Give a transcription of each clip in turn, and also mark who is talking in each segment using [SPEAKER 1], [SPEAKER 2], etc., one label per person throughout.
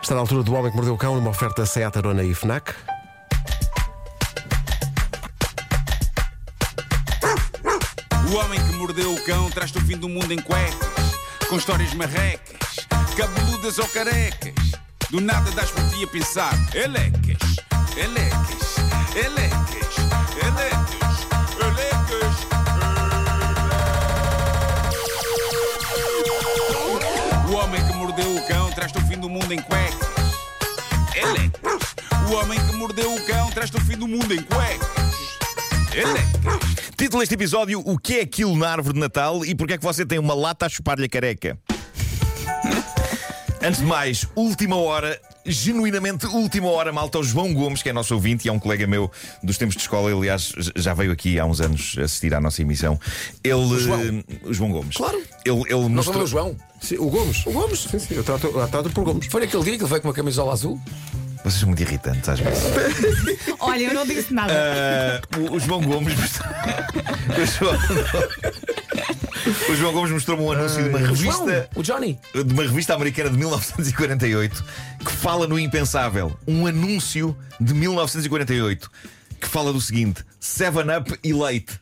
[SPEAKER 1] Está na altura do Homem que Mordeu o Cão, numa oferta Seat Arona e FNAC.
[SPEAKER 2] O homem que mordeu o cão traz-te o fim do mundo em cuecas, com histórias marrecas, cabeludas ou carecas. Do nada das por ti a pensar. Elecas, elecas, elecas, elecas, elecas. O homem que mordeu o cão traz-te o fim do mundo em cuecas. Elecas. O homem que mordeu o cão traz-te o fim do mundo em cuecas. Elecas.
[SPEAKER 3] Título deste episódio: O que é aquilo na árvore de Natal e porque é que você tem uma lata a chupar-lhe a careca? Antes de mais, última hora, genuinamente última hora, malta, o João Gomes, que é nosso ouvinte e é um colega meu dos tempos de escola, aliás, j- já veio aqui há uns anos assistir à nossa emissão. Ele. eh,
[SPEAKER 4] João?
[SPEAKER 3] o João Gomes.
[SPEAKER 4] Claro.
[SPEAKER 3] Ele, ele
[SPEAKER 4] Nós falamos
[SPEAKER 3] mostrou.
[SPEAKER 4] do João.
[SPEAKER 1] Sim, o Gomes.
[SPEAKER 4] O Gomes.
[SPEAKER 1] Sim, sim, eu trato, eu trato por Gomes.
[SPEAKER 4] Foi naquele dia que ele veio com uma camisola azul.
[SPEAKER 3] Vocês são muito irritantes às vezes.
[SPEAKER 5] Olha, eu não disse nada.
[SPEAKER 3] Ah, o, o João Gomes mostrou... o, João... o João Gomes mostrou-me um anúncio de uma
[SPEAKER 4] João,
[SPEAKER 3] revista.
[SPEAKER 4] o Johnny.
[SPEAKER 3] de uma revista americana de 1948 que fala no impensável. Um anúncio de 1948 que fala do seguinte: Seven Up e leite.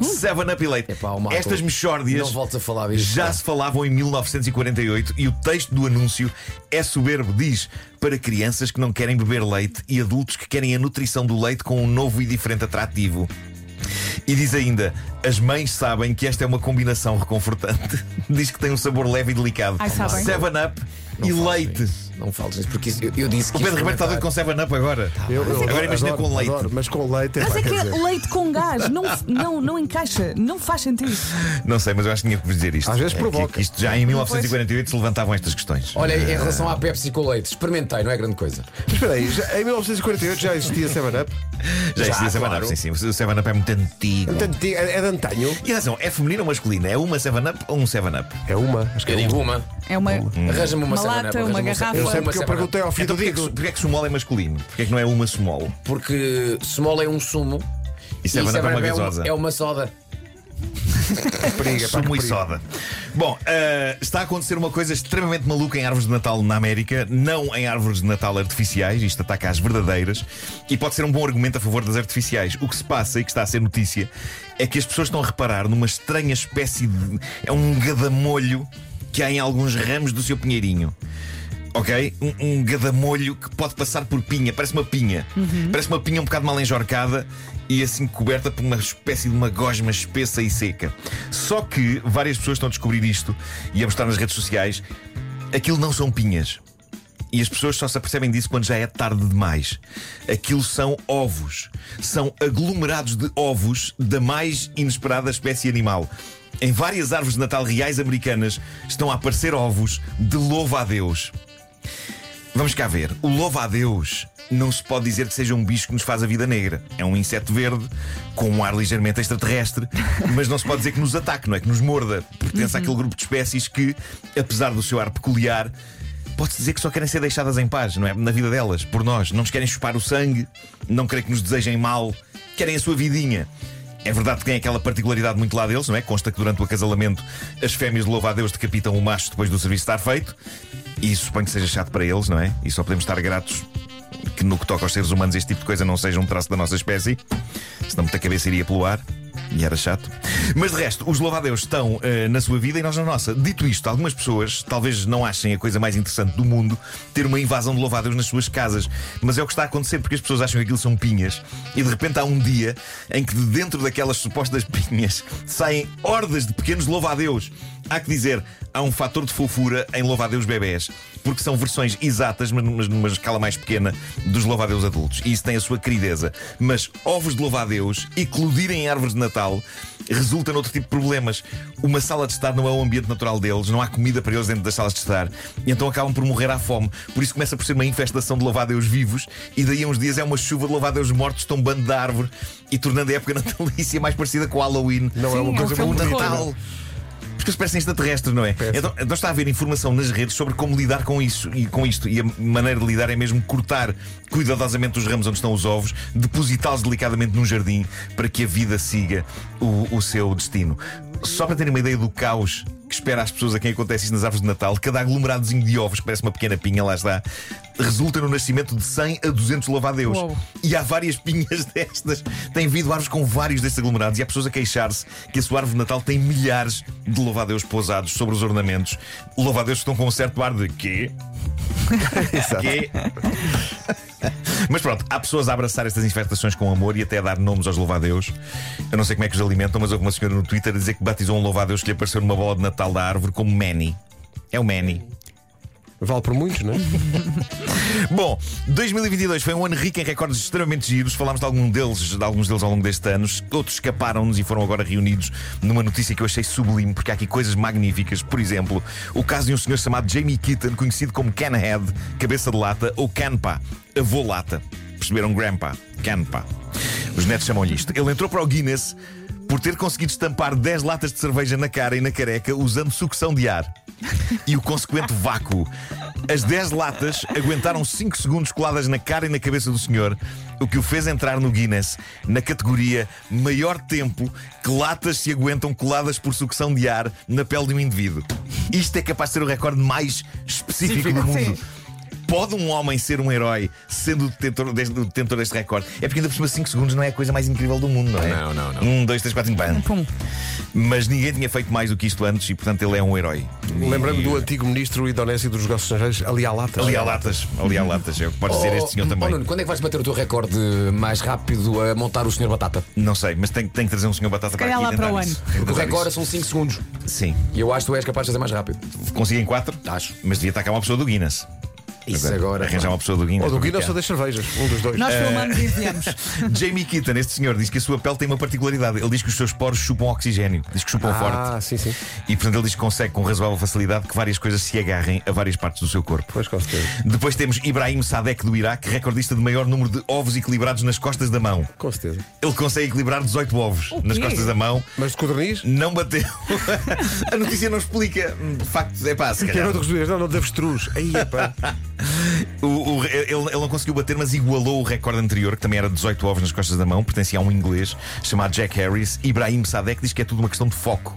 [SPEAKER 3] Seven Up e leite.
[SPEAKER 4] Hum. Epá, o Marco,
[SPEAKER 3] Estas mexórdias
[SPEAKER 4] não voltes a falar disto,
[SPEAKER 3] já
[SPEAKER 4] pá.
[SPEAKER 3] se falavam em 1948 e o texto do anúncio é soberbo. Diz para crianças que não querem beber leite e adultos que querem a nutrição do leite com um novo e diferente atrativo. E diz ainda: as mães sabem que esta é uma combinação reconfortante. diz que tem um sabor leve e delicado.
[SPEAKER 5] Ai, sabem.
[SPEAKER 3] Seven Up e
[SPEAKER 4] Não fales
[SPEAKER 3] leite.
[SPEAKER 4] nisso, Não fales nisso, porque isso- é- eu, eu disse
[SPEAKER 3] O
[SPEAKER 4] que.
[SPEAKER 3] Pedro
[SPEAKER 4] isto
[SPEAKER 3] Ribeiro está doido com Seven Up agora.
[SPEAKER 1] Tá Eu, eu
[SPEAKER 3] Agora imagina
[SPEAKER 1] adoro,
[SPEAKER 3] com leite.
[SPEAKER 1] adoro, mas com leite é
[SPEAKER 5] Mas
[SPEAKER 1] pá,
[SPEAKER 5] é
[SPEAKER 1] quer
[SPEAKER 5] que
[SPEAKER 1] dizer,
[SPEAKER 5] leite com gás não, não, não encaixa, não faz sentido.
[SPEAKER 3] Não sei, mas eu acho que tinha que vos dizer isto.
[SPEAKER 1] Às vezes
[SPEAKER 3] É,
[SPEAKER 1] provoca.
[SPEAKER 3] que Isto já em 1948 se levantavam estas questões.
[SPEAKER 4] Olha, em relação à Pepsi com leite, experimentei, não é grande coisa.
[SPEAKER 1] Mas espera aí, já- em 1948 já existia 7-Up.
[SPEAKER 3] já existia
[SPEAKER 4] já,
[SPEAKER 3] Seven
[SPEAKER 4] claro.
[SPEAKER 3] Up, sim, sim. O Seven Up é muito antigo.
[SPEAKER 1] Portanto, ti- É é de antanho.
[SPEAKER 3] E razão, é feminino ou masculino? É uma Seven Up ou um Seven Up?
[SPEAKER 1] É uma. Acho que
[SPEAKER 4] Eu
[SPEAKER 1] é
[SPEAKER 4] digo
[SPEAKER 1] uma.
[SPEAKER 4] uma.
[SPEAKER 5] É uma.
[SPEAKER 4] Hum. Arranja-me
[SPEAKER 5] Uma
[SPEAKER 4] uma semana.
[SPEAKER 5] lata, uma garrafa.
[SPEAKER 1] Eu sei
[SPEAKER 5] uma
[SPEAKER 1] porque eu perguntei ao filho
[SPEAKER 3] Então
[SPEAKER 1] do
[SPEAKER 3] porquê é, que,
[SPEAKER 1] Digo.
[SPEAKER 3] porquê é que Sumol é masculino? Porquê é que não é uma Sumol?
[SPEAKER 4] Porque Small é um sumo.
[SPEAKER 3] E Seven Up é
[SPEAKER 4] Seven
[SPEAKER 3] uma
[SPEAKER 4] Up
[SPEAKER 3] gasosa.
[SPEAKER 4] é uma soda.
[SPEAKER 1] Periga, pá,
[SPEAKER 3] Sumo e
[SPEAKER 1] periga.
[SPEAKER 3] soda. Bom, eh, está a acontecer uma coisa extremamente maluca em árvores de Natal na América, não em árvores de Natal artificiais, isto ataca às verdadeiras, e pode ser um bom argumento a favor das artificiais. O que se passa e que está a ser notícia é que as pessoas estão a reparar numa estranha espécie de. é um gadamolho que há em alguns ramos do seu pinheirinho. Ok? Um, um gadamolho que pode passar por pinha, parece uma pinha. Parece uma pinha um bocado mal enjorcada e assim coberta por uma espécie de uma gosma espessa e seca. Só que várias pessoas estão a descobrir isto e a mostrar nas redes sociais. Aquilo não são pinhas. E as pessoas só se apercebem disso quando já é tarde demais. Aquilo são ovos. São aglomerados de ovos da mais inesperada espécie animal. Em várias árvores de Natal reais americanas estão a aparecer ovos de louva a Deus. Vamos cá ver. O louva a Deus não se pode dizer que seja um bicho que nos faz a vida negra. É um inseto verde, com um ar ligeiramente extraterrestre, mas não se pode dizer que nos ataque, não é que nos morda. Pertence àquele grupo de espécies que, apesar do seu ar peculiar, pode-se dizer que só querem ser deixadas em paz, não é? Na vida delas, por nós. Não nos querem chupar o sangue, não querem que nos desejem mal, querem a sua vidinha. É verdade que tem aquela particularidade muito lá deles, não é? Consta que durante o acasalamento as fêmeas de louva a Deus decapitam o macho depois do serviço estar feito. E isso suponho que seja chato para eles, não é? E só podemos estar gratos que no que toca aos seres humanos este tipo de coisa não seja um traço da nossa espécie. Senão muita cabeça iria pelo ar. E era chato. Mas de resto, os louvadeus estão eh, na sua vida e nós na nossa. Dito isto, algumas pessoas talvez não achem a coisa mais interessante do mundo ter uma invasão de louvadeus nas suas casas. Mas é o que está a acontecer porque as pessoas acham que aquilo são pinhas e de repente há um dia em que de dentro daquelas supostas pinhas saem hordas de pequenos louvadeus. Há que dizer, há um fator de fofura em louvadeus bebés, porque são versões exatas, mas numa, numa escala mais pequena, dos louvadeus adultos. E isso tem a sua querideza. Mas ovos de louvadeus eclodirem em árvores de Natal resulta noutro tipo de problemas. Uma sala de estar não é o ambiente natural deles, não há comida para eles dentro das salas de estar. E então acabam por morrer à fome. Por isso começa por ser uma infestação de louvadeus vivos, e daí a uns dias é uma chuva de louvadeus mortos tombando da árvore e tornando a época natalícia mais parecida com o Halloween.
[SPEAKER 1] Não é
[SPEAKER 5] Sim,
[SPEAKER 1] uma
[SPEAKER 5] é um
[SPEAKER 1] coisa
[SPEAKER 5] filme
[SPEAKER 3] O
[SPEAKER 1] muito
[SPEAKER 5] de
[SPEAKER 1] bonita.
[SPEAKER 5] terror.
[SPEAKER 1] não.
[SPEAKER 3] Natal. Porque eles parecem extraterrestres, não é? Então, então está a haver informação nas redes sobre como lidar com isso e com isto. E a maneira de lidar é mesmo cortar cuidadosamente os ramos onde estão os ovos, depositá-los delicadamente num jardim para que a vida siga o, o seu destino. Só para terem uma ideia do caos que espera as pessoas a quem acontece isso nas árvores de Natal, cada aglomeradozinho de ovos, que parece uma pequena pinha, lá está, resulta no nascimento de 100 a 200 louva-a-Deus.
[SPEAKER 5] Uau.
[SPEAKER 3] E há várias pinhas destas. Tem havido árvores com vários destes aglomerados e há pessoas a queixar-se que a sua árvore de Natal tem milhares de louva-a-Deus pousados sobre os ornamentos. Louva-a-Deus que estão com um certo ar de quê? quê? Mas pronto, há pessoas a abraçar estas infestações com amor e até a dar nomes aos louvadeus. Eu não sei como é que os alimentam, mas houve uma senhora no Twitter a dizer que batizou um louvadeus que lhe apareceu numa bola de Natal da árvore como Manny. É o Manny.
[SPEAKER 1] Vale por muitos, não é?
[SPEAKER 3] Bom, 2022 foi um ano rico em recordes extremamente giros. Falámos de, algum deles, de alguns deles ao longo deste ano. Outros escaparam-nos e foram agora reunidos numa notícia que eu achei sublime, porque há aqui coisas magníficas. Por exemplo, o caso de um senhor chamado Jamie Keaton, conhecido como Canhead, cabeça de lata, ou Canpa, avô lata. Perceberam? Grandpa, Canpa. Os netos chamam-lhe isto. Ele entrou para o Guinness por ter conseguido estampar 10 latas de cerveja na cara e na careca usando sucção de ar e o consequente vácuo. As 10 latas aguentaram 5 segundos coladas na cara e na cabeça do senhor, o que o fez entrar no Guinness na categoria maior tempo que latas se aguentam coladas por sucção de ar na pele de um indivíduo. Isto é capaz de ser o recorde mais específico do mundo. Pode um homem ser um herói sendo o detentor deste, o detentor deste recorde? É porque ainda por cima 5 segundos não é a coisa mais incrível do mundo, não é?
[SPEAKER 4] Não, não, não.
[SPEAKER 3] 1, 2, 3, 4, 5, bam.
[SPEAKER 5] Pum.
[SPEAKER 3] Mas ninguém tinha feito mais do que isto antes e, portanto, ele é um herói.
[SPEAKER 1] Lembrando do antigo ministro Idonésio dos Negócios Estrangeiros, ali à lata.
[SPEAKER 3] Ali há latas, ali há latas, é o que pode dizer este senhor
[SPEAKER 4] Oh,
[SPEAKER 3] também.
[SPEAKER 4] Nuno, quando é que vais bater o teu recorde mais rápido a montar o senhor Batata?
[SPEAKER 3] Não sei, mas tem, tem que trazer um senhor batata para
[SPEAKER 5] calhar
[SPEAKER 3] aqui
[SPEAKER 5] lá
[SPEAKER 3] e tentar
[SPEAKER 5] para o
[SPEAKER 3] isso.
[SPEAKER 5] ano.
[SPEAKER 3] Tem que
[SPEAKER 4] Porque o
[SPEAKER 3] tentar
[SPEAKER 4] recorde são 5 segundos.
[SPEAKER 3] isso. Sim,
[SPEAKER 4] E eu acho que tu és capaz de fazer mais rápido.
[SPEAKER 3] consegui em 4,
[SPEAKER 4] Acho.
[SPEAKER 3] mas devia estar cá uma pessoa do Guinness.
[SPEAKER 4] Isso agora.
[SPEAKER 3] é,
[SPEAKER 4] é Oh,
[SPEAKER 3] Arranjar
[SPEAKER 4] pá.
[SPEAKER 3] uma pessoa do Guinness.
[SPEAKER 1] Ou É do
[SPEAKER 3] para
[SPEAKER 1] Guinness
[SPEAKER 3] ficar.
[SPEAKER 1] ou das cervejas, um dos dois.
[SPEAKER 5] Nós filmamos e enviamos.
[SPEAKER 3] Jamie Keaton, este senhor, diz que a sua pele tem uma particularidade. Ele diz que os seus poros chupam oxigênio, diz que chupam forte.
[SPEAKER 1] Ah, sim, sim.
[SPEAKER 3] E portanto ele diz que consegue com razoável facilidade que várias coisas se agarrem a várias partes do seu corpo.
[SPEAKER 1] Pois com certeza.
[SPEAKER 3] Depois temos Ibrahim Sadek do Iraque, recordista de maior número de ovos equilibrados nas costas da mão.
[SPEAKER 1] Com certeza.
[SPEAKER 3] Ele consegue equilibrar 18 ovos
[SPEAKER 5] O
[SPEAKER 3] nas
[SPEAKER 5] quê?
[SPEAKER 3] costas da mão.
[SPEAKER 1] Mas de codorniz?
[SPEAKER 3] Não bateu. a notícia não explica. De facto, é pá, se
[SPEAKER 1] Que era
[SPEAKER 3] calhar.
[SPEAKER 1] outro que não, não, de avestruz. Aí, pá.
[SPEAKER 3] O, o- ele, ele não conseguiu bater, mas igualou o recorde anterior, que também era 18 ovos nas costas da mão, pertencia a um inglês chamado Jack Harris. Ibrahim Sadek diz que é tudo uma questão de foco.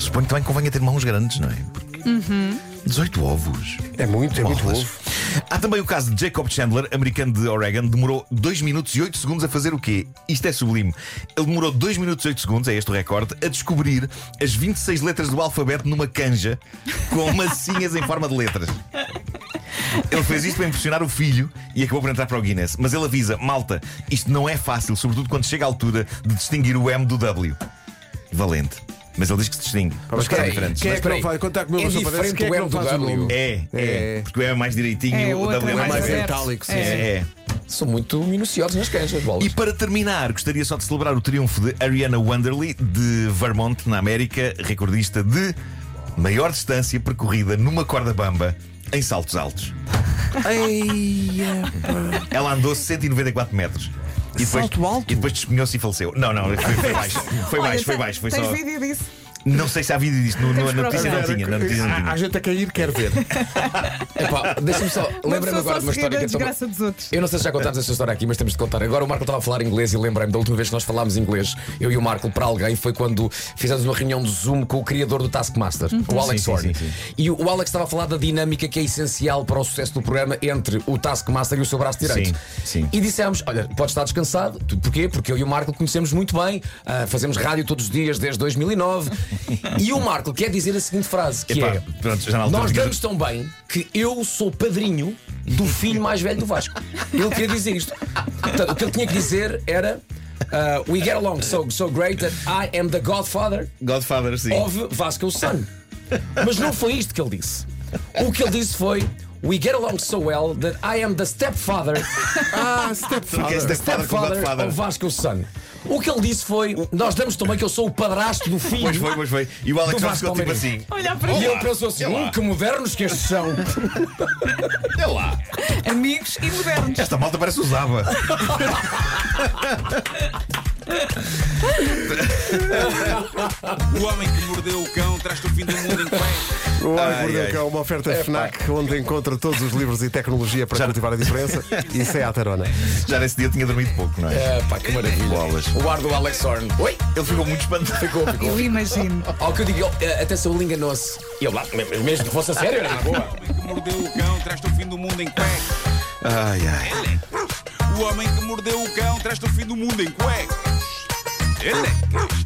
[SPEAKER 3] Suponho que também convém a ter mãos grandes, não é? Porque 18 ovos.
[SPEAKER 1] É muito, é muito
[SPEAKER 3] Bolas.
[SPEAKER 1] ovo.
[SPEAKER 3] Há também o caso de Jacob Chandler, americano de Oregon, demorou 2 minutos e 8 segundos a fazer o quê? Isto é sublime. Ele demorou 2 minutos e 8 segundos, é este o recorde, a descobrir as 26 letras do alfabeto numa canja com massinhas em forma de letras. Ele fez isto para impressionar o filho e acabou por entrar para o Guinness. Mas ele avisa: malta, isto não é fácil, sobretudo quando chega à altura de distinguir o M do W. Valente. Mas ele diz que se distingue.
[SPEAKER 1] Mas
[SPEAKER 3] As coisas
[SPEAKER 1] quem-
[SPEAKER 3] diferentes.
[SPEAKER 1] Quem é
[SPEAKER 4] Mas
[SPEAKER 1] que não
[SPEAKER 4] peraí,
[SPEAKER 1] vai contar com o
[SPEAKER 4] é
[SPEAKER 1] meu sopa desse?
[SPEAKER 4] diferente
[SPEAKER 1] Quem é
[SPEAKER 4] o
[SPEAKER 1] que
[SPEAKER 4] M
[SPEAKER 1] não
[SPEAKER 4] do
[SPEAKER 1] faz o
[SPEAKER 4] W?
[SPEAKER 1] nome?
[SPEAKER 3] É, é,
[SPEAKER 1] É.
[SPEAKER 3] Porque o M é mais direitinho
[SPEAKER 5] É,
[SPEAKER 3] e o
[SPEAKER 5] outra
[SPEAKER 3] W é mais.
[SPEAKER 5] mais
[SPEAKER 1] mais
[SPEAKER 5] aberto.
[SPEAKER 1] metálico, sim,
[SPEAKER 5] É.
[SPEAKER 1] sim.
[SPEAKER 3] É.
[SPEAKER 4] São muito minuciosos nas canjas, bolas.
[SPEAKER 3] E para terminar, gostaria só de celebrar o triunfo de Ariana Wanderley de Vermont, na América, recordista de maior distância percorrida numa corda bamba em saltos altos.
[SPEAKER 5] é
[SPEAKER 3] Ela andou 194 metros. E depois,
[SPEAKER 5] Salto alto?
[SPEAKER 3] E depois despenhou-se e faleceu. Não, não, foi, foi baixo. Foi
[SPEAKER 5] Olha,
[SPEAKER 3] baixo, foi
[SPEAKER 5] te-
[SPEAKER 3] baixo. Foi
[SPEAKER 5] tens
[SPEAKER 3] só...
[SPEAKER 5] vídeo disso?
[SPEAKER 3] Não sei se há vídeo disto. No, no, na
[SPEAKER 5] Temos
[SPEAKER 3] notícia não
[SPEAKER 5] procurado.
[SPEAKER 3] tinha. Na notícia não
[SPEAKER 1] Há- Há
[SPEAKER 3] tinha.
[SPEAKER 1] gente a cair, quer ver.
[SPEAKER 4] Epá, deixa-me só.
[SPEAKER 5] Uma
[SPEAKER 4] Lembra-me
[SPEAKER 5] pessoa
[SPEAKER 4] agora
[SPEAKER 5] só
[SPEAKER 4] de uma
[SPEAKER 5] se rir da
[SPEAKER 4] história que é eu também-
[SPEAKER 5] desgraça dos outros.
[SPEAKER 4] Eu não sei se já contámos esta história aqui, mas temos de contar. Agora o Marco estava a falar inglês e lembrei-me da última vez que nós falámos inglês, eu e o Marco, para alguém, foi quando fizemos uma reunião de Zoom com o criador do Taskmaster, o Alex
[SPEAKER 3] Uhum. Sim, sim,
[SPEAKER 4] Horn.
[SPEAKER 3] sim,
[SPEAKER 4] E o Alex estava a falar da dinâmica que é essencial para o sucesso do programa entre o Taskmaster e o seu braço direito.
[SPEAKER 3] Sim, sim.
[SPEAKER 4] E dissemos: Olha, pode estar descansado. Tu- Porquê? Porque eu e o Marco conhecemos muito bem, ah, fazemos rádio todos os dias desde 2009. e o Marco quer dizer a seguinte frase: que
[SPEAKER 3] Epá,
[SPEAKER 4] é.
[SPEAKER 3] pronto, já na altura
[SPEAKER 4] Nós
[SPEAKER 3] tinha-
[SPEAKER 4] damos tão bem que eu sou padrinho do filho mais velho do Vasco. Ele queria dizer isto. Portanto, o que ele tinha que dizer era. uh, we get along so, so great that I am the godfather
[SPEAKER 3] Godfather, sim.
[SPEAKER 4] of Vasco's son. Mas não foi isto que ele disse. O que ele disse foi: We get along so well that I am the stepfather,
[SPEAKER 1] Ah, stepfather.
[SPEAKER 3] Porque este é Godfather com
[SPEAKER 4] stepfather
[SPEAKER 3] Godfather.
[SPEAKER 4] of Vasco's son. O que ele disse foi: Nós damos tão bem que eu sou o padrasto do filho.
[SPEAKER 3] Pois foi, pois foi. E o Alex
[SPEAKER 4] Do
[SPEAKER 3] só
[SPEAKER 4] Vasco
[SPEAKER 3] ficou tipo assim.
[SPEAKER 4] Palmeiras.
[SPEAKER 5] Olha para
[SPEAKER 4] E
[SPEAKER 5] mim.
[SPEAKER 4] ele pensou assim:
[SPEAKER 3] É lá.
[SPEAKER 4] "Hum, Que modernos que estes são.
[SPEAKER 3] É lá.
[SPEAKER 5] Amigos e modernos.
[SPEAKER 3] Esta malta parece usava.
[SPEAKER 2] O homem que mordeu o cão traz-te o fim do mundo em cuecas.
[SPEAKER 1] O Homem que
[SPEAKER 3] Ai,
[SPEAKER 1] Mordeu o
[SPEAKER 3] ai.
[SPEAKER 1] Cão, uma oferta FNAC, onde encontra todos os livros e tecnologia para cultivar a diferença. Isso é a tarona.
[SPEAKER 3] Já nesse dia tinha dormido pouco, não é?
[SPEAKER 4] É, pá, que maravilha.
[SPEAKER 3] Bolas.
[SPEAKER 4] O ar do Alex Horn. Oi?
[SPEAKER 3] Ele ficou muito espantado.
[SPEAKER 4] Ficou, ficou.
[SPEAKER 5] Eu imagino.
[SPEAKER 4] Ao que eu digo, ele, eh, atenção, ele enganou-se. E eu lá, mesmo que fosse a sério, né? era na boa.
[SPEAKER 2] O homem que mordeu o cão traz-te o fim do mundo em cuecas. é-
[SPEAKER 3] Ai, ai.
[SPEAKER 2] O homem que mordeu o cão traz-te o fim do mundo em cuecas. Ele